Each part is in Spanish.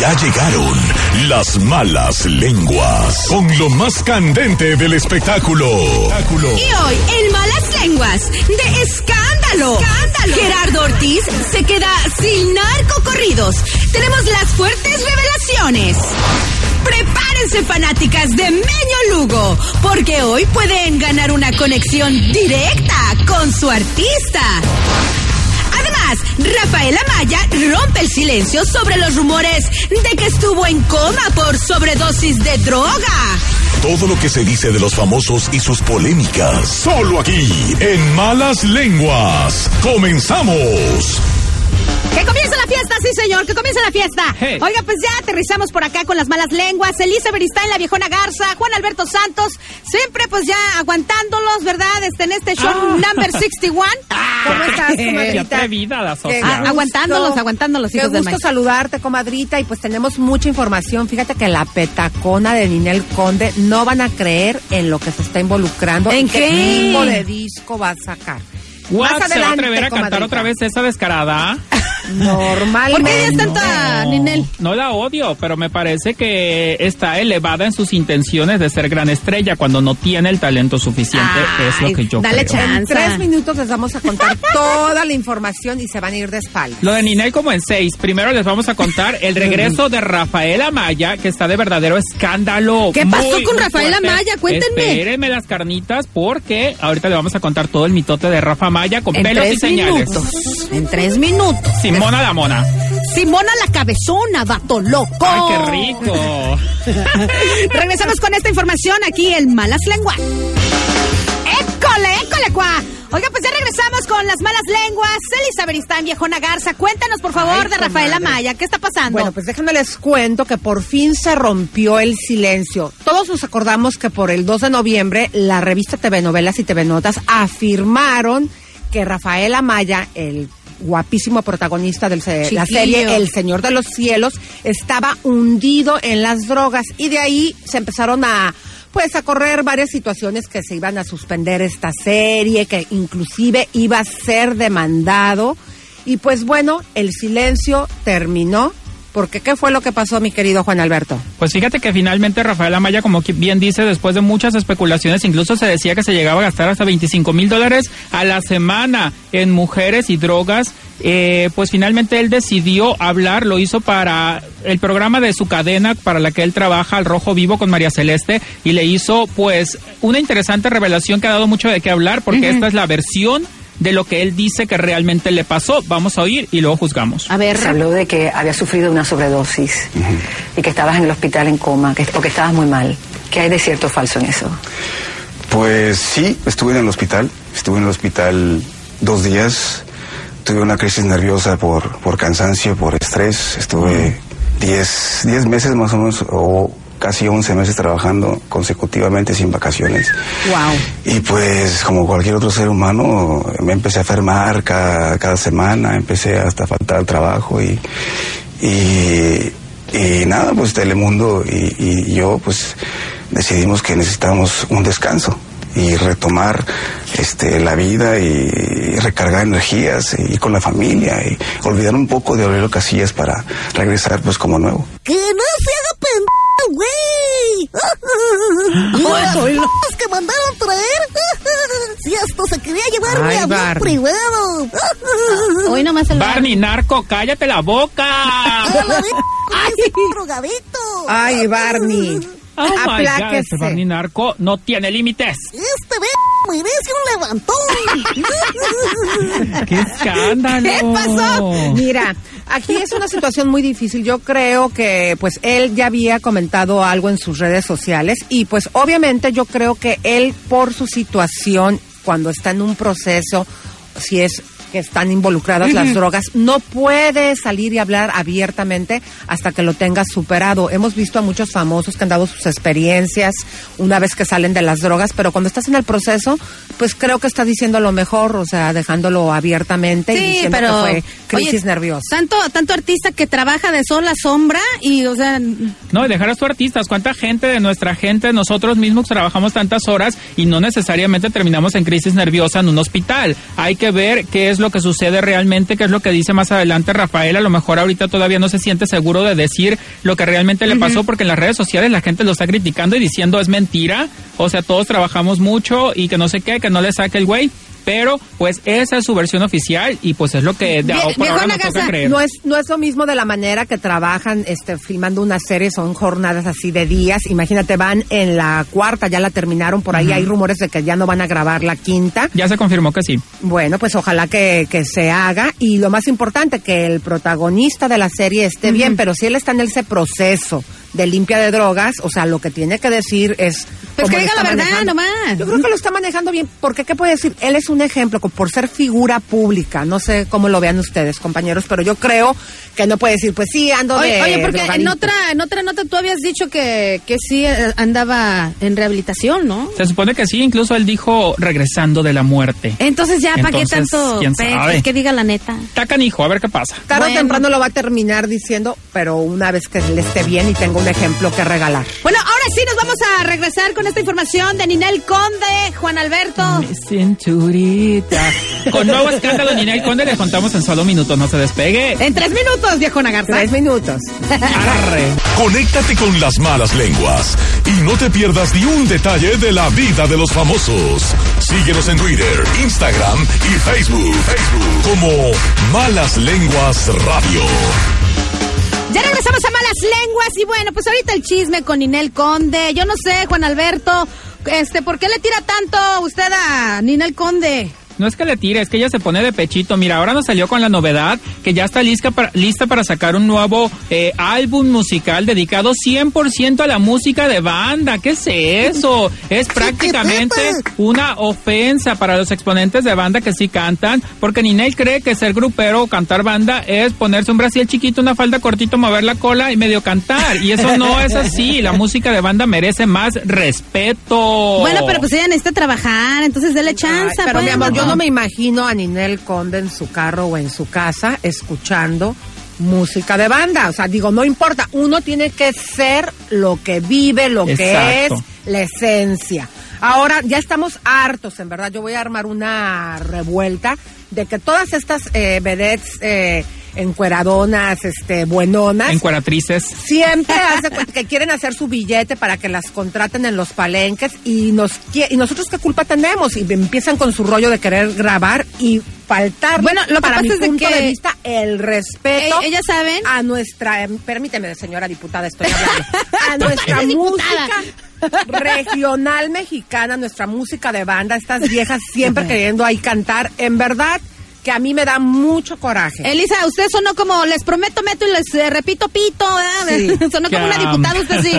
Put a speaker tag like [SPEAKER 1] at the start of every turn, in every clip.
[SPEAKER 1] Ya llegaron las malas lenguas con lo más candente del espectáculo.
[SPEAKER 2] Y hoy, en Malas Lenguas, de escándalo. escándalo. Gerardo Ortiz se queda sin narco corridos. Tenemos las fuertes revelaciones. Prepárense fanáticas de Meño Lugo, porque hoy pueden ganar una conexión directa con su artista. Además, Rafael Amaya rompe el silencio sobre los rumores de que estuvo en coma por sobredosis de droga.
[SPEAKER 1] Todo lo que se dice de los famosos y sus polémicas. Solo aquí, en Malas Lenguas. Comenzamos.
[SPEAKER 2] Que comience la fiesta, sí señor, que comience la fiesta.
[SPEAKER 3] Hey.
[SPEAKER 2] Oiga, pues ya aterrizamos por acá con las malas lenguas. Elizabeth está en la viejona Garza, Juan Alberto Santos, siempre pues ya aguantándolos, ¿verdad? Este, en este show
[SPEAKER 3] Ah.
[SPEAKER 2] number 61. ¿Cómo estás,
[SPEAKER 3] Qué
[SPEAKER 4] comadrita?
[SPEAKER 3] atrevida la
[SPEAKER 4] Qué
[SPEAKER 2] Ah,
[SPEAKER 3] socia.
[SPEAKER 4] gusto.
[SPEAKER 2] aguantándolos, aguantándolos,
[SPEAKER 4] Qué
[SPEAKER 2] hijos del
[SPEAKER 4] gusto
[SPEAKER 2] maíz.
[SPEAKER 4] saludarte, comadrita, y pues tenemos mucha información. Fíjate que la petacona de Ninel Conde no van a creer en lo que se está involucrando.
[SPEAKER 2] ¿En
[SPEAKER 4] y qué?
[SPEAKER 2] qué?
[SPEAKER 4] tipo de disco va a sacar?
[SPEAKER 3] Guau,
[SPEAKER 4] Más
[SPEAKER 3] ¿Se va a atrever a
[SPEAKER 4] adelante,
[SPEAKER 3] cantar
[SPEAKER 4] comadrita.
[SPEAKER 3] otra vez esa descarada?
[SPEAKER 4] Normalmente.
[SPEAKER 2] ¿Por qué odias tanto a Ninel?
[SPEAKER 3] No la odio, pero me parece que está elevada en sus intenciones de ser gran estrella cuando no tiene el talento suficiente.
[SPEAKER 2] Ay,
[SPEAKER 3] es lo que yo
[SPEAKER 2] dale
[SPEAKER 3] creo.
[SPEAKER 2] chance.
[SPEAKER 4] En tres minutos les vamos a contar toda la información y se van a ir de espalda.
[SPEAKER 3] Lo de Ninel como en seis. Primero les vamos a contar el regreso de Rafael Amaya, que está de verdadero escándalo.
[SPEAKER 2] ¿Qué pasó
[SPEAKER 3] Muy,
[SPEAKER 2] con
[SPEAKER 3] muy
[SPEAKER 2] Rafael
[SPEAKER 3] fuerte.
[SPEAKER 2] Amaya? Cuéntenme.
[SPEAKER 3] Espérenme las carnitas porque ahorita le vamos a contar todo el mitote de Rafa Amaya con
[SPEAKER 2] En
[SPEAKER 3] pelos y
[SPEAKER 2] tres
[SPEAKER 3] señales.
[SPEAKER 2] minutos. En tres minutos.
[SPEAKER 3] Simona la mona.
[SPEAKER 2] Simona la cabezona, vato loco.
[SPEAKER 3] ¡Ay, qué rico!
[SPEAKER 2] Regresamos con esta información aquí en Malas Lenguas. ¡École, école, cuá! Oiga, pues ya regresamos con las malas lenguas. Elizabeth está en Viejona Garza. Cuéntanos, por favor,
[SPEAKER 4] Ay,
[SPEAKER 2] de Rafael
[SPEAKER 4] comadre.
[SPEAKER 2] Amaya. ¿Qué está pasando?
[SPEAKER 4] Bueno, pues déjenme les cuento que por fin se rompió el silencio. Todos nos acordamos que por el 2 de noviembre la revista TV Novelas y TV Notas afirmaron que Rafael Amaya, el guapísimo protagonista de Eh, la
[SPEAKER 2] Chiquillo.
[SPEAKER 4] serie El Señor de los Cielos, estaba hundido en las drogas y de ahí se empezaron a pues a correr varias situaciones que se iban a suspender esta serie, que inclusive iba a ser demandado. Y pues bueno, el silencio terminó, porque ¿qué fue lo que pasó, mi querido Juan Alberto?
[SPEAKER 3] Pues fíjate que finalmente Rafael Amaya, como que bien dice, después de muchas especulaciones, incluso se decía que se llegaba a gastar hasta 25 mil dólares a la semana en mujeres y drogas. eh, pues finalmente él decidió hablar, lo hizo para el programa de su cadena para la que él trabaja, Al Rojo Vivo con María Celeste, y le hizo pues una interesante revelación que ha dado mucho de qué hablar, porque esta es la versión de lo que él dice que realmente le pasó. Vamos a oír y luego juzgamos.
[SPEAKER 2] A ver,
[SPEAKER 5] Se habló de que había sufrido una sobredosis y que estabas en el hospital en coma que, o que estabas muy mal. ¿Qué hay de cierto o falso en eso?
[SPEAKER 6] Pues sí, estuve en el hospital. Estuve en el hospital dos días. Tuve una crisis nerviosa por, por cansancio, por estrés. Estuve 10 10 meses más o menos, o casi 11 meses trabajando consecutivamente sin vacaciones. Y pues como cualquier otro ser humano, me empecé a enfermar cada, cada semana, empecé hasta a faltar al trabajo y, y, y nada, pues Telemundo y, y yo pues decidimos que necesitábamos un descanso y retomar este la vida y recargar energías y ir con la familia y olvidar un poco de Aurelio Casillas para regresar pues como nuevo.
[SPEAKER 7] ¡Que no se haga pen... güey! ¿Y las p***as que mandaron traer? ¡Si esto se quería llevar mi
[SPEAKER 4] Ay,
[SPEAKER 7] avión
[SPEAKER 4] Barney. Ah,
[SPEAKER 7] privado!
[SPEAKER 2] hoy nomás el
[SPEAKER 3] Barney Narco, cállate la boca.
[SPEAKER 7] ¡A la vez con ese drogadito!
[SPEAKER 4] Ay, Barney.
[SPEAKER 3] Oh my God,
[SPEAKER 4] Apláquese.
[SPEAKER 3] este Barney Narco no tiene límites.
[SPEAKER 7] ¡Este b... merece un levantón!
[SPEAKER 3] ¡Qué escándalo!
[SPEAKER 2] ¿Qué pasó?
[SPEAKER 4] Mira, aquí es una situación muy difícil. Yo creo que pues él ya había comentado algo en sus redes sociales y pues obviamente yo creo que él por su situación cuando está en un proceso, si es que están involucradas las drogas, no puede salir y hablar abiertamente hasta que lo tenga superado. Hemos visto a muchos famosos que han dado sus experiencias una vez que salen de las drogas, pero cuando estás en el proceso, pues creo que está diciendo lo mejor, o sea, dejándolo abiertamente y
[SPEAKER 2] Sí,
[SPEAKER 4] diciendo
[SPEAKER 2] pero
[SPEAKER 4] que fue crisis
[SPEAKER 2] oye,
[SPEAKER 4] nerviosa.
[SPEAKER 2] Tanto, tanto artista que trabaja de sol a sombra y, o sea,
[SPEAKER 3] No, y dejar a sus artistas. ¿Cuánta gente de nuestra gente, nosotros mismos trabajamos tantas horas y no necesariamente terminamos en crisis nerviosa en un hospital? Hay que ver qué es lo que sucede realmente, qué es lo que dice más adelante Rafael. A lo mejor ahorita todavía no se siente seguro de decir lo que realmente le pasó porque en las redes sociales la gente lo está criticando y diciendo es mentira. O sea, todos trabajamos mucho y que no sé qué, que no le saque el güey. Pero pues esa es su versión oficial y pues es lo que de
[SPEAKER 4] Vie-
[SPEAKER 3] ahora por
[SPEAKER 4] viejo
[SPEAKER 3] ahora nos
[SPEAKER 4] Nagasa,
[SPEAKER 3] toca creer.
[SPEAKER 4] no es no es lo mismo de la manera que trabajan este filmando una serie son jornadas así de días imagínate van en la cuarta ya la terminaron por ahí hay rumores de que ya no van a grabar la quinta
[SPEAKER 3] Ya se confirmó que sí.
[SPEAKER 4] bueno pues ojalá que, que se haga y lo más importante que el protagonista de la serie esté bien pero si él está en ese proceso de limpia de drogas o sea lo que tiene que decir es
[SPEAKER 2] Pues
[SPEAKER 4] cómo
[SPEAKER 2] que
[SPEAKER 4] lo
[SPEAKER 2] diga
[SPEAKER 4] está
[SPEAKER 2] la verdad
[SPEAKER 4] manejando.
[SPEAKER 2] nomás.
[SPEAKER 4] yo creo que lo está manejando bien porque qué puede decir él es un ejemplo co- por ser figura pública no sé cómo lo vean ustedes compañeros pero yo creo que no puede decir pues sí ando
[SPEAKER 2] Oye,
[SPEAKER 4] de
[SPEAKER 2] oye, porque en
[SPEAKER 4] drogadicto.
[SPEAKER 2] otra, en otra nota tú habías dicho que, que sí eh, andaba en rehabilitación, ¿no?
[SPEAKER 3] Se supone que sí, incluso él dijo regresando de la muerte.
[SPEAKER 2] Entonces ya, ¿para qué
[SPEAKER 3] Entonces,
[SPEAKER 2] tanto?
[SPEAKER 3] quién
[SPEAKER 2] pex?
[SPEAKER 3] sabe.
[SPEAKER 2] que diga la neta.
[SPEAKER 3] Tacan hijo, a ver qué pasa.
[SPEAKER 4] Tarde
[SPEAKER 2] Bueno.
[SPEAKER 4] o temprano lo va a terminar diciendo, pero una vez que le esté bien y tenga un ejemplo que regalar.
[SPEAKER 2] Bueno, ahora sí nos vamos a regresar con esta información de Ninel Conde, Juan Alberto.
[SPEAKER 3] Mi cinturita. Con nuevo escándalo, Ninel Conde, le contamos en solo minutos. No se despegue.
[SPEAKER 2] En tres minutos, viejona Garza.
[SPEAKER 4] Tres minutos.
[SPEAKER 3] Arre.
[SPEAKER 1] Conéctate con las malas lenguas y no te pierdas ni un detalle de la vida de los famosos. Síguenos en Twitter, Instagram y Facebook, Facebook como Malas Lenguas Radio.
[SPEAKER 2] Ya regresamos a Malas Lenguas y bueno, pues ahorita el chisme con Ninel Conde. Yo no sé, Juan Alberto, este, ¿por qué le tira tanto usted a Ninel Conde?
[SPEAKER 3] No es que le tire, es que ella se pone de pechito. Mira, ahora nos salió con la novedad que ya está lista para, lista para sacar un nuevo eh, álbum musical dedicado 100% a la música de banda. ¿Qué es eso? Es prácticamente una ofensa para los exponentes de banda que sí cantan, porque Ninel cree que ser grupero o cantar banda es ponerse un brasil chiquito, una falda cortito, mover la cola y medio cantar. Y eso no es así. La música de banda merece más respeto.
[SPEAKER 2] Bueno, pero pues ella necesita trabajar, entonces dele chance.
[SPEAKER 4] Oh. Ay, pero
[SPEAKER 2] pues,
[SPEAKER 4] mi amor, yo
[SPEAKER 2] mamá.
[SPEAKER 4] no me imagino a Ninel Conde en su carro o en su casa escuchando música de banda. O sea, digo, no importa. Uno tiene que ser lo que vive, lo que es
[SPEAKER 3] Exacto.
[SPEAKER 4] la esencia. Ahora, ya estamos hartos, en verdad. Yo voy a armar una revuelta de que todas estas eh, vedettes eh, encueradonas, este, buenonas,
[SPEAKER 3] Encueratrices.
[SPEAKER 4] Siempre hace cuenta que quieren hacer su billete para que las contraten en los palenques y nos qui- y nosotros qué culpa tenemos y empiezan con su rollo de querer grabar y faltar
[SPEAKER 2] Bueno, lo que
[SPEAKER 4] para
[SPEAKER 2] pasa
[SPEAKER 4] mi
[SPEAKER 2] es de
[SPEAKER 4] punto
[SPEAKER 2] que-
[SPEAKER 4] de vista el respeto
[SPEAKER 2] Ey, ellas saben.
[SPEAKER 4] a nuestra em, permíteme señora diputada estoy hablando a nuestra
[SPEAKER 2] Diputada.
[SPEAKER 4] música regional mexicana nuestra música de banda estas viejas siempre queriendo ahí cantar en verdad que a mí me da mucho coraje
[SPEAKER 2] Elisa, usted sonó como, les prometo, meto y les eh, repito, pito, ¿verdad?
[SPEAKER 4] Sí.
[SPEAKER 2] sonó como una
[SPEAKER 3] Ya.
[SPEAKER 2] diputada, usted sí.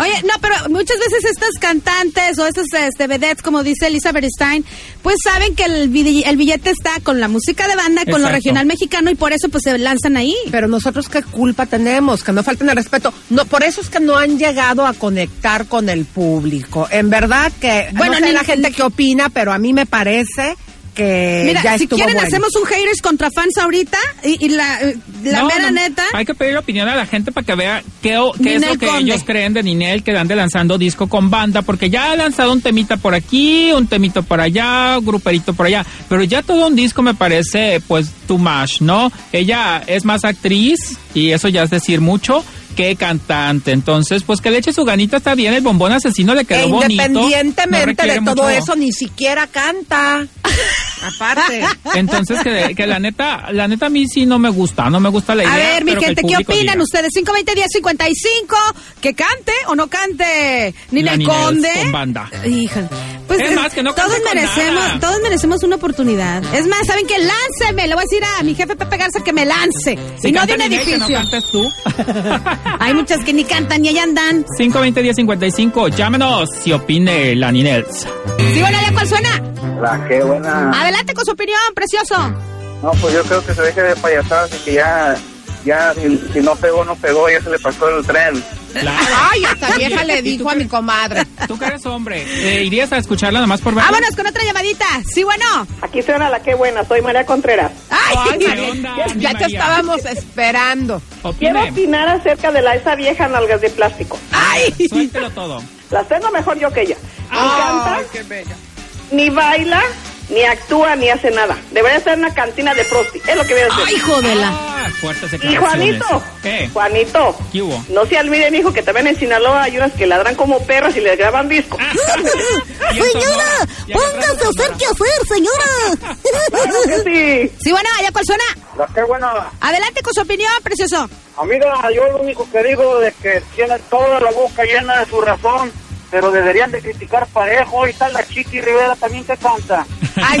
[SPEAKER 2] Oye, no, pero muchas veces estas cantantes o estas este, vedettes, como dice Elizabeth Stein, pues saben que el, vidi- el billete está con la música de banda, con lo
[SPEAKER 3] Exacto.
[SPEAKER 2] regional mexicano y por eso pues se lanzan ahí.
[SPEAKER 4] Pero nosotros qué culpa tenemos, que no falten el respeto. No, por eso es que no han llegado a conectar con el público. En verdad que
[SPEAKER 2] Bueno,
[SPEAKER 4] bueno, no sé
[SPEAKER 2] ni-
[SPEAKER 4] la gente que opina, pero a mí me parece que
[SPEAKER 2] Mira,
[SPEAKER 4] Eh, ya
[SPEAKER 2] si
[SPEAKER 4] estuvo
[SPEAKER 2] quieren
[SPEAKER 4] bueno.
[SPEAKER 2] hacemos un haters contra fans ahorita y, y la, eh, la
[SPEAKER 3] No,
[SPEAKER 2] mera
[SPEAKER 3] no,
[SPEAKER 2] neta.
[SPEAKER 3] Hay que pedir opinión a la gente para que vea qué, o- qué es
[SPEAKER 2] Ninel
[SPEAKER 3] lo que
[SPEAKER 2] Conde.
[SPEAKER 3] ellos creen de Ninel que ande lanzando disco con banda, porque ya ha lanzado un temita por aquí, un temito por allá, un gruperito por allá, pero ya todo un disco me parece pues too much, ¿no? Ella es más actriz y eso ya es decir mucho que cantante, entonces pues que le eche su ganita está bien, el bombón asesino le quedó
[SPEAKER 4] E
[SPEAKER 3] bonito. no
[SPEAKER 4] independientemente de
[SPEAKER 3] requiere
[SPEAKER 4] todo
[SPEAKER 3] mucho-
[SPEAKER 4] eso, ni siquiera canta. Aparte.
[SPEAKER 3] Entonces que, que la neta, la neta a mí sí no me gusta, no me gusta la idea.
[SPEAKER 2] A ver, mi
[SPEAKER 3] pero que el
[SPEAKER 2] gente, ¿qué
[SPEAKER 3] público
[SPEAKER 2] opinan
[SPEAKER 3] diga.
[SPEAKER 2] ustedes? 520-1055, que cante o no cante
[SPEAKER 3] La
[SPEAKER 2] Ninel
[SPEAKER 3] Ninel
[SPEAKER 2] Conde.
[SPEAKER 3] con banda.
[SPEAKER 2] Híjole. Pues
[SPEAKER 3] Es más, que no
[SPEAKER 2] todos
[SPEAKER 3] cante con
[SPEAKER 2] merecemos,
[SPEAKER 3] nada.
[SPEAKER 2] todos merecemos una oportunidad. Es más, ¿saben qué? Lánceme, le voy a decir a mi jefe Pepe Garza que me lance.
[SPEAKER 3] Si
[SPEAKER 2] y no de
[SPEAKER 3] canta
[SPEAKER 2] un
[SPEAKER 3] Ninel, que
[SPEAKER 2] edificio.
[SPEAKER 3] no cantes tú.
[SPEAKER 2] Hay muchas que ni cantan ni allá andan.
[SPEAKER 3] 520-1055, llámenos si opine la Ninels.
[SPEAKER 2] Sí, bueno, ya cuál suena.
[SPEAKER 8] La que buena.
[SPEAKER 2] Adelante con su opinión, precioso.
[SPEAKER 8] No, pues yo creo que se deje de payasadas y que ya, ya si, si no pegó, no pegó, ya se le pasó el tren.
[SPEAKER 3] Claro.
[SPEAKER 4] Ay, esta vieja le dijo a mi comadre.
[SPEAKER 3] Tú que eres hombre, eh, ¿irías a escucharla nomás por ver?
[SPEAKER 2] Vámonos Ah, con otra llamadita. Sí, bueno.
[SPEAKER 9] Aquí suena la que buena, soy María Contreras.
[SPEAKER 2] Ay,
[SPEAKER 3] Ay, ¿qué onda, mi
[SPEAKER 4] Ya te
[SPEAKER 3] María?
[SPEAKER 4] estábamos esperando.
[SPEAKER 9] Quiero
[SPEAKER 3] Opine,
[SPEAKER 9] opinar acerca de la, esa vieja nalgas de plástico.
[SPEAKER 2] ay.
[SPEAKER 3] suéltelo todo. Ah,
[SPEAKER 9] Las tengo mejor yo que ella. Ni
[SPEAKER 3] Ay,
[SPEAKER 9] canta, ni baila, Ni actúa ni hace nada. Debería estar en una cantina de prosti. Es lo que voy a hacer.
[SPEAKER 2] ¡Ay, jodela!
[SPEAKER 3] Ah, fuertes
[SPEAKER 9] Y
[SPEAKER 3] declaraciones.
[SPEAKER 9] Juanito,
[SPEAKER 3] ¿Qué?
[SPEAKER 9] Juanito,
[SPEAKER 3] Eh. ¿Qué hubo?
[SPEAKER 9] no se olviden, hijo, que también en Sinaloa hay unas que ladran como perras y les graban disco.
[SPEAKER 3] Ah. Y en Sonora,
[SPEAKER 7] Señora,
[SPEAKER 3] y en
[SPEAKER 7] póngase a hacer qué hacer,
[SPEAKER 9] Claro
[SPEAKER 7] señora.
[SPEAKER 9] que sí.
[SPEAKER 2] Sí, bueno, allá cuál suena.
[SPEAKER 8] La que buena.
[SPEAKER 2] Adelante con su opinión, precioso.
[SPEAKER 8] Amiga, Ah, yo lo único que digo es que tiene toda la boca llena de su razón, pero deberían de criticar parejo. Ahí está la Chiqui Rivera también que canta.
[SPEAKER 4] Ay,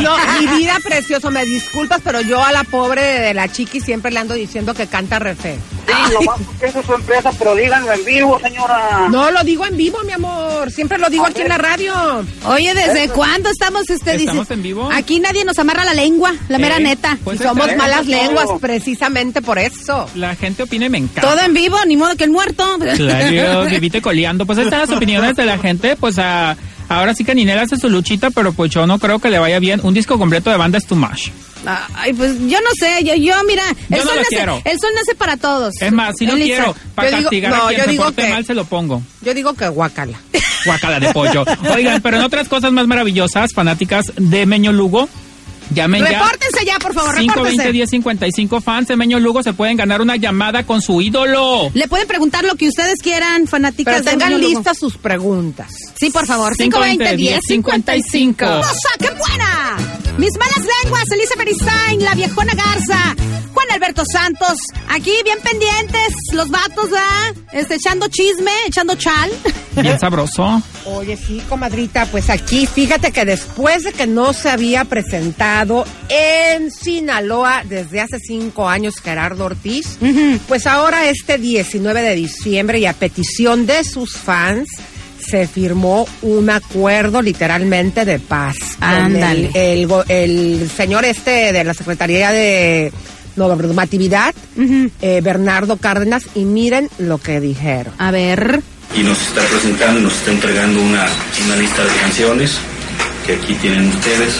[SPEAKER 4] no, mi vida precioso, me disculpas, pero yo a la pobre de la chiqui siempre le ando diciendo que canta re feo.
[SPEAKER 8] Sí, nomás porque eso es su empresa, pero díganlo en vivo, señora.
[SPEAKER 9] Ah.
[SPEAKER 4] No, lo digo en vivo, mi amor. Siempre lo digo aquí en la radio.
[SPEAKER 2] Oye, ¿desde cuándo estamos, este, dice-
[SPEAKER 3] ¿Estamos en vivo?
[SPEAKER 2] Aquí nadie nos amarra la lengua, la mera
[SPEAKER 3] Eh,
[SPEAKER 2] neta.
[SPEAKER 3] pues
[SPEAKER 4] y somos
[SPEAKER 3] está,
[SPEAKER 4] malas
[SPEAKER 8] eso.
[SPEAKER 4] lenguas precisamente por eso.
[SPEAKER 3] La gente opina y me encanta.
[SPEAKER 2] Todo en vivo, ni modo que el muerto.
[SPEAKER 3] Claro, vivite coleando. Pues estas las opiniones de la gente, pues a- ahora sí que Ninel hace su luchita, pero pues yo no creo que le vaya bien. Un disco completo de banda es too much.
[SPEAKER 2] Ay, pues yo no sé, yo, yo mira, el,
[SPEAKER 3] Yo no
[SPEAKER 2] sol
[SPEAKER 3] lo
[SPEAKER 2] nace,
[SPEAKER 3] quiero.
[SPEAKER 2] el sol nace para todos.
[SPEAKER 3] Es más, si lo
[SPEAKER 2] Elisa.
[SPEAKER 3] quiero, para
[SPEAKER 4] Yo digo-
[SPEAKER 3] castigar
[SPEAKER 4] no,
[SPEAKER 3] a quien
[SPEAKER 4] yo
[SPEAKER 3] se
[SPEAKER 4] digo
[SPEAKER 3] porte
[SPEAKER 4] que-
[SPEAKER 3] mal, se lo pongo.
[SPEAKER 4] Yo digo que guacala.
[SPEAKER 3] Guacala de pollo. Oigan, pero en otras cosas más maravillosas, fanáticas de Meño Lugo, llamen ya.
[SPEAKER 2] Repórtense ya, por favor,
[SPEAKER 3] 520
[SPEAKER 2] repórtense.
[SPEAKER 3] 1055 fans de Meño Lugo se pueden ganar una llamada con su ídolo.
[SPEAKER 2] Le pueden preguntar lo que ustedes quieran, fanáticas.
[SPEAKER 4] Pero
[SPEAKER 2] de
[SPEAKER 4] tengan
[SPEAKER 2] Meño Lugo.
[SPEAKER 4] listas sus preguntas.
[SPEAKER 2] Sí, por favor.
[SPEAKER 3] 520, 1055.
[SPEAKER 2] ¡No saquen buena! Mis malas lenguas, Elisa Beristain, la viejona Garza, Juan Alberto Santos. Aquí bien pendientes, los vatos, ¿ah? Este, echando chisme, echando chal.
[SPEAKER 3] Bien sabroso.
[SPEAKER 4] Oye, sí, comadrita, pues aquí fíjate que después de que no se había presentado en Sinaloa desde hace cinco años Gerardo Ortiz, pues ahora este 19 de diciembre y a petición de sus fans se firmó un acuerdo literalmente de paz. con
[SPEAKER 2] Ándale.
[SPEAKER 4] El, el go- el señor este de la Secretaría de Normatividad, eh, Bernardo Cárdenas, y miren lo que dijeron.
[SPEAKER 2] A ver.
[SPEAKER 10] y nos está presentando, nos está entregando una, una lista de canciones que aquí tienen ustedes,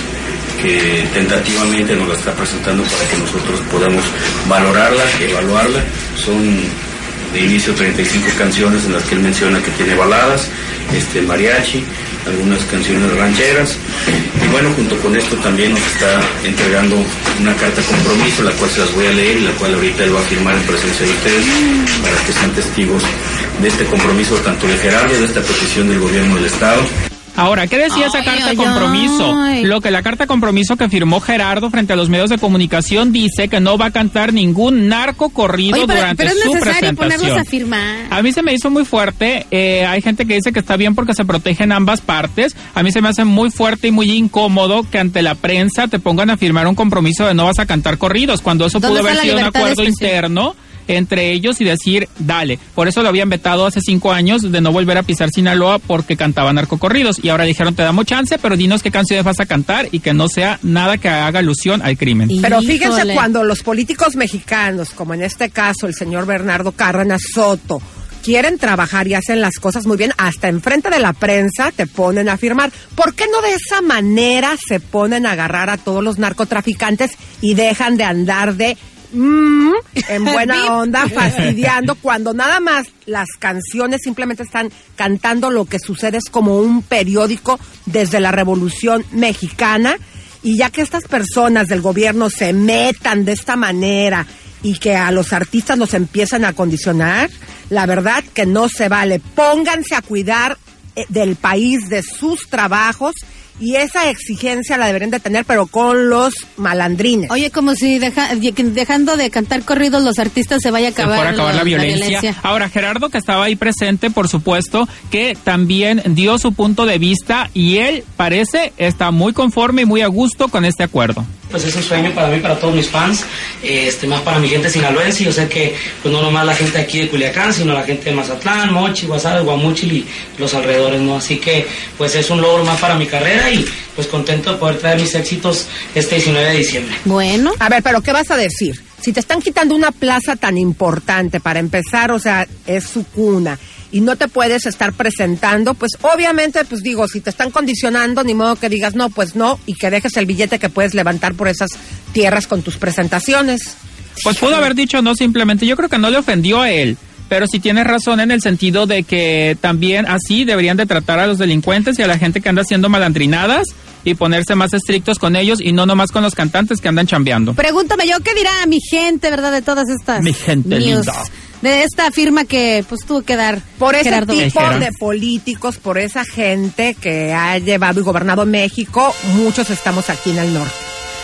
[SPEAKER 10] que tentativamente nos la está presentando para que nosotros podamos valorarla, evaluarla. Son de inicio 35 canciones en las que él menciona que tiene baladas, este mariachi, algunas canciones rancheras. Y bueno, junto con esto también nos está entregando una carta compromiso, la cual se las voy a leer y la cual ahorita él va a firmar en presencia de ustedes para que sean testigos de este compromiso tanto de Gerardo, de esta petición del gobierno del Estado.
[SPEAKER 3] Ahora, ¿qué decía esa
[SPEAKER 2] Ay,
[SPEAKER 3] carta
[SPEAKER 2] ay,
[SPEAKER 3] compromiso?
[SPEAKER 2] ay.
[SPEAKER 3] Lo que la carta compromiso que firmó Gerardo frente a los medios de comunicación dice que no va a cantar ningún narco corrido
[SPEAKER 2] Oye, pero,
[SPEAKER 3] durante
[SPEAKER 2] pero es
[SPEAKER 3] su
[SPEAKER 2] necesario ponerlos
[SPEAKER 3] presentación.
[SPEAKER 2] a firmar.
[SPEAKER 3] A mí se me hizo muy fuerte. eh, hay gente que dice que está bien porque se protegen ambas partes. A mí se me hace muy fuerte y muy incómodo que ante la prensa te pongan a firmar un compromiso de no vas a cantar corridos, cuando eso
[SPEAKER 2] ¿Dónde
[SPEAKER 3] pudo haber
[SPEAKER 2] está la
[SPEAKER 3] sido un
[SPEAKER 2] libertad de
[SPEAKER 3] acuerdo
[SPEAKER 2] expresión?
[SPEAKER 3] interno entre ellos y decir, dale. Por eso lo habían vetado hace cinco años de no volver a pisar Sinaloa porque cantaban narcocorridos. Y ahora dijeron, te damos chance, pero dinos qué canciones vas a cantar y que no sea nada que haga alusión al crimen.
[SPEAKER 2] Y-
[SPEAKER 4] Pero fíjense
[SPEAKER 2] Híjole.
[SPEAKER 4] cuando los políticos mexicanos, como en este caso el señor Bernardo Cárdenas Soto, quieren trabajar y hacen las cosas muy bien, hasta enfrente de la prensa te ponen a firmar. ¿Por qué no de esa manera se ponen a agarrar a todos los narcotraficantes y dejan de andar de mm, en buena onda fastidiando cuando nada más las canciones simplemente están cantando lo que sucede es como un periódico desde la Revolución Mexicana y ya que estas personas del gobierno se metan de esta manera y que a los artistas los empiezan a condicionar, la verdad que no se vale. Pónganse a cuidar eh, del país, de sus trabajos y esa exigencia la deberían de tener, pero con los malandrines.
[SPEAKER 2] Oye, como si deja- dejando de cantar corridos los artistas se vaya a
[SPEAKER 3] Se
[SPEAKER 2] acabar,
[SPEAKER 3] fuera a acabar la, violencia. Ahora, Gerardo, que estaba ahí presente, por supuesto, que también dio su punto de vista y él parece está muy conforme y muy a gusto con este acuerdo.
[SPEAKER 11] Pues es un sueño para mí, para todos mis fans, eh, este, más para mi gente sinaloense. Yo sé que pues no nomás la gente aquí de Culiacán, sino la gente de Mazatlán, Mochi, Guasave, Guamuchil y los alrededores, ¿no? Así que pues es un logro más para mi carrera y pues contento de poder traer mis éxitos este 19 de diciembre.
[SPEAKER 2] Bueno.
[SPEAKER 4] A ver, pero ¿qué vas a decir? Si te están quitando una plaza tan importante para empezar, o sea, es su cuna y no te puedes estar presentando, pues obviamente, pues digo, si te están condicionando, ni modo que digas no, pues no, y que dejes el billete que puedes levantar por esas tierras con tus presentaciones.
[SPEAKER 3] Pues pudo haber dicho no simplemente. Yo creo que no le ofendió a él. pero sí tienes razón en el sentido de que también así deberían de tratar a los delincuentes y a la gente que anda haciendo malandrinadas y ponerse más estrictos con ellos y no nomás con los cantantes que andan chambeando.
[SPEAKER 2] Pregúntame yo qué dirá mi gente, ¿verdad? De todas estas.
[SPEAKER 3] Mi gente
[SPEAKER 2] news,
[SPEAKER 3] linda.
[SPEAKER 2] De esta firma que pues tuvo que dar.
[SPEAKER 4] Por ese
[SPEAKER 2] Gerardo Eh.
[SPEAKER 4] tipo
[SPEAKER 2] Ortiz.
[SPEAKER 4] de políticos, por esa gente que ha llevado y gobernado México, muchos estamos aquí en el norte.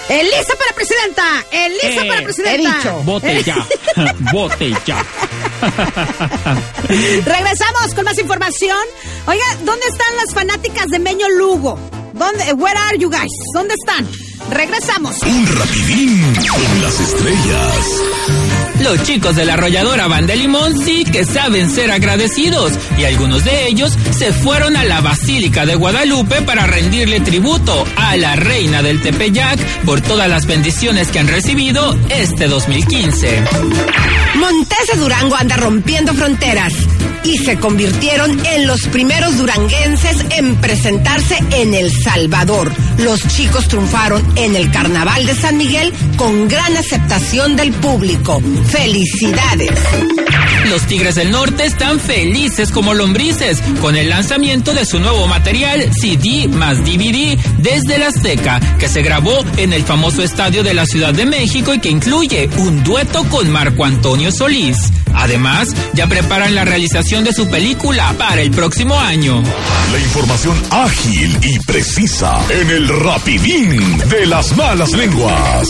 [SPEAKER 2] Elisa para presidenta. Elisa
[SPEAKER 4] Eh,
[SPEAKER 2] para presidenta.
[SPEAKER 4] he dicho.
[SPEAKER 2] Eh.
[SPEAKER 3] Vote ya. Vote ya.
[SPEAKER 2] Regresamos con más información. Oiga, ¿dónde están las fanáticas de Meño Lugo? ¿Dónde? Where are you guys? ¿Dónde están? Regresamos.
[SPEAKER 1] Un rapidín con las estrellas.
[SPEAKER 12] Los chicos de la arrolladora Banda Limón sí que saben ser agradecidos y algunos de ellos se fueron a la Basílica de Guadalupe para rendirle tributo a la reina del Tepeyac por todas las bendiciones que han recibido este 2015.
[SPEAKER 4] Montes de Durango anda rompiendo fronteras y se convirtieron en los primeros duranguenses en presentarse en El Salvador. Los chicos triunfaron en el Carnaval de San Miguel con gran aceptación del público. ¡Felicidades!
[SPEAKER 12] Los Tigres del Norte están felices como lombrices con el lanzamiento de su nuevo material CD más DVD desde la Azteca, que se grabó en el famoso estadio de la Ciudad de México y que incluye un dueto con Marco Antonio Solís. Además, ya preparan la realización de su película para el próximo año.
[SPEAKER 1] La información ágil y precisa en el rapidín de las malas lenguas.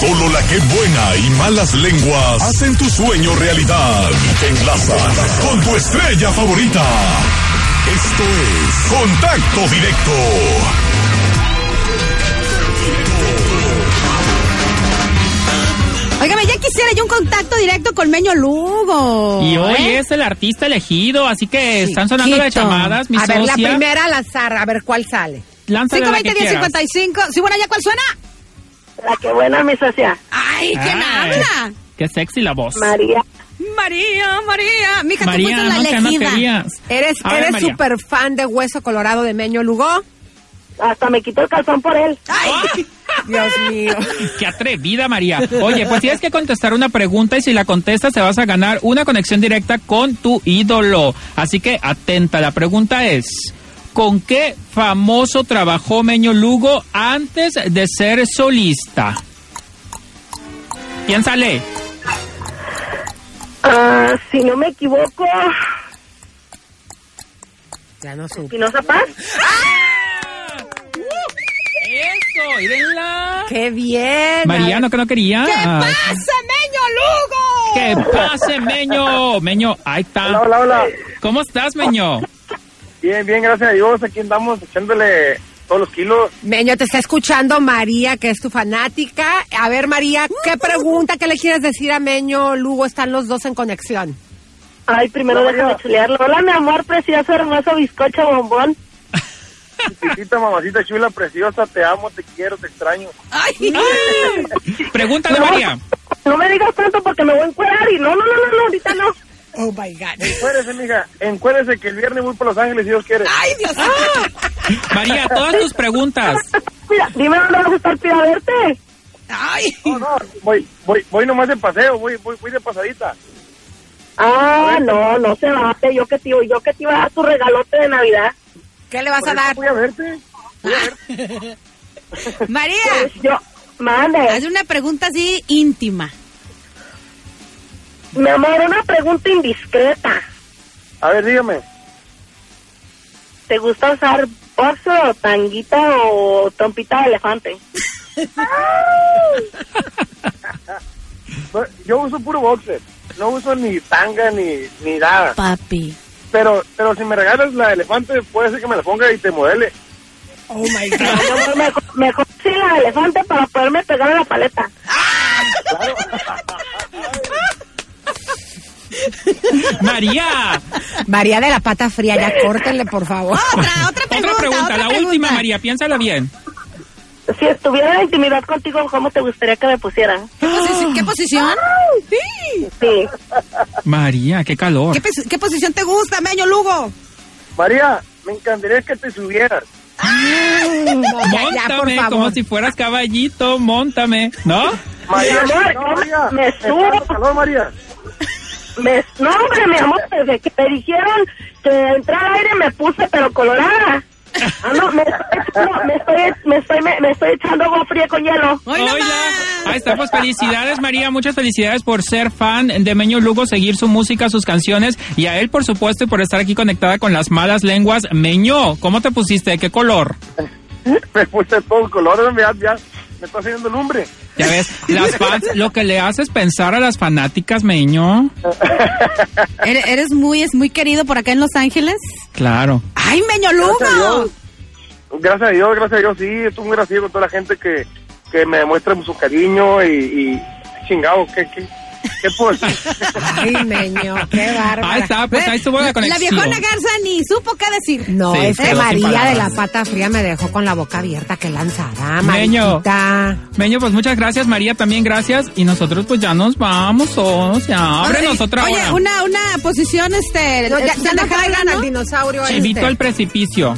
[SPEAKER 1] Solo la que buena y malas lenguas hacen tu sueño realidad. Te enlazan con tu estrella favorita. Esto es Contacto Directo.
[SPEAKER 2] Óigame, ya quisiera yo un contacto directo con Meño Lugo.
[SPEAKER 3] Y hoy
[SPEAKER 2] ¿eh?
[SPEAKER 3] es el artista elegido, así que están sonando las
[SPEAKER 2] Quito.
[SPEAKER 3] llamadas, mi
[SPEAKER 4] a ver, la
[SPEAKER 3] socia.
[SPEAKER 4] primera al azar, a ver cuál sale.
[SPEAKER 3] Lánzale la
[SPEAKER 2] 520
[SPEAKER 3] que quieras.
[SPEAKER 2] 1055. Sí, bueno, ¿ya cuál suena?
[SPEAKER 9] La que buena, mi socia.
[SPEAKER 2] Ay, ¿quién
[SPEAKER 3] Ay.
[SPEAKER 2] habla?
[SPEAKER 3] Qué sexy la voz.
[SPEAKER 9] María.
[SPEAKER 2] María, María. Mija,
[SPEAKER 3] María,
[SPEAKER 2] tú fuiste
[SPEAKER 3] no, que
[SPEAKER 2] la
[SPEAKER 3] no
[SPEAKER 2] elegida.
[SPEAKER 3] querías.
[SPEAKER 4] ¿Eres,
[SPEAKER 3] A ver,
[SPEAKER 4] eres
[SPEAKER 3] María.
[SPEAKER 4] super fan de Hueso Colorado de Meño Lugo?
[SPEAKER 9] Hasta me quitó el calzón por él.
[SPEAKER 4] ¡Ay!
[SPEAKER 3] Ah.
[SPEAKER 4] Dios mío.
[SPEAKER 3] Qué atrevida, María. Oye, pues tienes que contestar una pregunta y si la contestas te vas a ganar una conexión directa con tu ídolo. Así que atenta, la pregunta es, ¿con qué famoso trabajó Meño Lugo antes de ser solista? Piénsale.
[SPEAKER 9] Ah, si no me equivoco,
[SPEAKER 4] Ya no supe.
[SPEAKER 9] Espinosa Paz.
[SPEAKER 3] Eso, ídenla.
[SPEAKER 4] ¡Qué bien!
[SPEAKER 3] María, no que no quería.
[SPEAKER 2] ¿Qué pasa, Meño Lugo?
[SPEAKER 3] ¡Que pase, Meño! Meño, ahí está.
[SPEAKER 8] Hola, hola, hola.
[SPEAKER 9] Eh,
[SPEAKER 3] ¿Cómo estás, Meño?
[SPEAKER 8] Bien, bien, gracias a Dios. Aquí andamos echándole todos los kilos.
[SPEAKER 4] Meño, te está escuchando María, que es tu fanática. A ver, María, ¿qué pregunta, qué le quieres decir a Meño Lugo? Están los dos en conexión.
[SPEAKER 9] Ay, primero déjame chulearlo. Hola, mi amor, precioso, hermoso, bizcocho, bombón.
[SPEAKER 8] Chiquita, mamacita chula, preciosa, te amo, te quiero, te extraño.
[SPEAKER 2] Ay,
[SPEAKER 3] Pregúntale,
[SPEAKER 9] No.
[SPEAKER 3] María.
[SPEAKER 9] No me digas tanto porque me voy a encuerar y no, no, no, no, no, ahorita no.
[SPEAKER 2] oh my God.
[SPEAKER 8] Encuérese, mija, encuérese que el viernes voy por Los Ángeles, si Dios quiere.
[SPEAKER 2] Ay, Dios mío.
[SPEAKER 4] Ah.
[SPEAKER 3] María, todas tus preguntas.
[SPEAKER 9] Mira, dime dónde vas a estar para ir a verte.
[SPEAKER 2] Ay.
[SPEAKER 8] No, no, voy, voy, voy nomás de paseo, voy, voy, voy de pasadita.
[SPEAKER 9] Ah, no, no se bate. Yo que te, yo que te iba a dar tu regalote de Navidad.
[SPEAKER 4] ¿Qué le vas a dar?
[SPEAKER 8] Voy a verte.
[SPEAKER 2] María,
[SPEAKER 9] Pues yo, mande.
[SPEAKER 2] haz una pregunta así íntima.
[SPEAKER 9] Mi amor, una pregunta indiscreta.
[SPEAKER 8] A ver, dígame.
[SPEAKER 9] ¿Te gusta usar boxer o tanguita o trompita de elefante?
[SPEAKER 8] Yo uso puro boxer. No uso ni tanga ni, ni nada.
[SPEAKER 2] Papi.
[SPEAKER 8] Pero, pero si me regalas la de elefante, puede ser que me la ponga y te modele.
[SPEAKER 2] Oh my
[SPEAKER 9] Mi amor, mejor, mejor sin la de elefante para poderme pegar a la paleta.
[SPEAKER 3] María,
[SPEAKER 4] María de la pata fría, ya córtenle, por favor.
[SPEAKER 2] Otra, otra pregunta.
[SPEAKER 3] Ah, otra pregunta, la
[SPEAKER 2] pregunta.
[SPEAKER 3] última, María, piénsala bien.
[SPEAKER 9] Si estuviera en la intimidad contigo, ¿cómo te gustaría que me pusieran?
[SPEAKER 2] ¿Qué posición? ¿Qué posición, Sí.
[SPEAKER 9] Sí.
[SPEAKER 3] María, qué calor.
[SPEAKER 2] ¿Qué pos- qué posición te gusta, Meño Lugo?
[SPEAKER 8] María, me encantaría que te subieras.
[SPEAKER 4] No, ya, ya, por
[SPEAKER 3] Móntame,
[SPEAKER 4] favor.
[SPEAKER 3] como si fueras caballito, móntame, ¿no?
[SPEAKER 9] Mi
[SPEAKER 8] María,
[SPEAKER 9] amor,
[SPEAKER 8] no,
[SPEAKER 9] ¿cómo
[SPEAKER 8] María,
[SPEAKER 9] me
[SPEAKER 8] está
[SPEAKER 9] subo?
[SPEAKER 8] dando calor, María.
[SPEAKER 9] Me- no, hombre, mi amor, desde que te dijeron que entrar al aire me puse pero colorada. Ah, no, me estoy, no, me estoy, me estoy, me, me estoy echando agua fría con hielo.
[SPEAKER 3] Ahí está, pues felicidades María, muchas felicidades por ser fan de Meño Lugo, seguir su música, sus canciones y a él por supuesto y por estar aquí conectada con las malas lenguas. Meño, ¿cómo te pusiste? ¿De qué color?
[SPEAKER 8] Me puse todo color, ya, ya me está haciendo lumbre.
[SPEAKER 3] Ya ves, las fans, lo que le haces pensar a las fanáticas, Meño.
[SPEAKER 2] Eres, eres muy, es muy querido por acá en Los Ángeles.
[SPEAKER 3] Claro.
[SPEAKER 2] ¡Ay, Meño
[SPEAKER 8] Gracias a Dios.
[SPEAKER 2] Lugo!
[SPEAKER 8] Gracias a Dios, gracias a Dios, sí, estoy muy agradecido con toda la gente que, que me demuestra su cariño y, y chingado, ¿qué, qué, qué puedo decir?
[SPEAKER 4] Ay, meño, qué bárbaro.
[SPEAKER 3] Ahí está, pues ahí estuvo la
[SPEAKER 2] La
[SPEAKER 3] conexión.
[SPEAKER 2] viejona Garza ni supo qué decir.
[SPEAKER 4] No,
[SPEAKER 3] Sí,
[SPEAKER 4] es que
[SPEAKER 3] quedó sin
[SPEAKER 4] María de
[SPEAKER 3] palabras.
[SPEAKER 4] la pata fría me dejó con la boca abierta. que lanzará,
[SPEAKER 3] Meño.
[SPEAKER 4] Mariquita?
[SPEAKER 3] Meño, pues muchas gracias, María también gracias. Y nosotros pues ya nos vamos, o sea, ábrenos
[SPEAKER 2] Oye,
[SPEAKER 3] otra hora.
[SPEAKER 2] Oye, una, una posición, este.
[SPEAKER 4] No, ya-
[SPEAKER 2] eh,
[SPEAKER 4] ya no
[SPEAKER 2] Sandra
[SPEAKER 4] traigan
[SPEAKER 2] Jagan,
[SPEAKER 4] al
[SPEAKER 2] ¿no?
[SPEAKER 4] dinosaurio
[SPEAKER 3] Chivito al precipicio.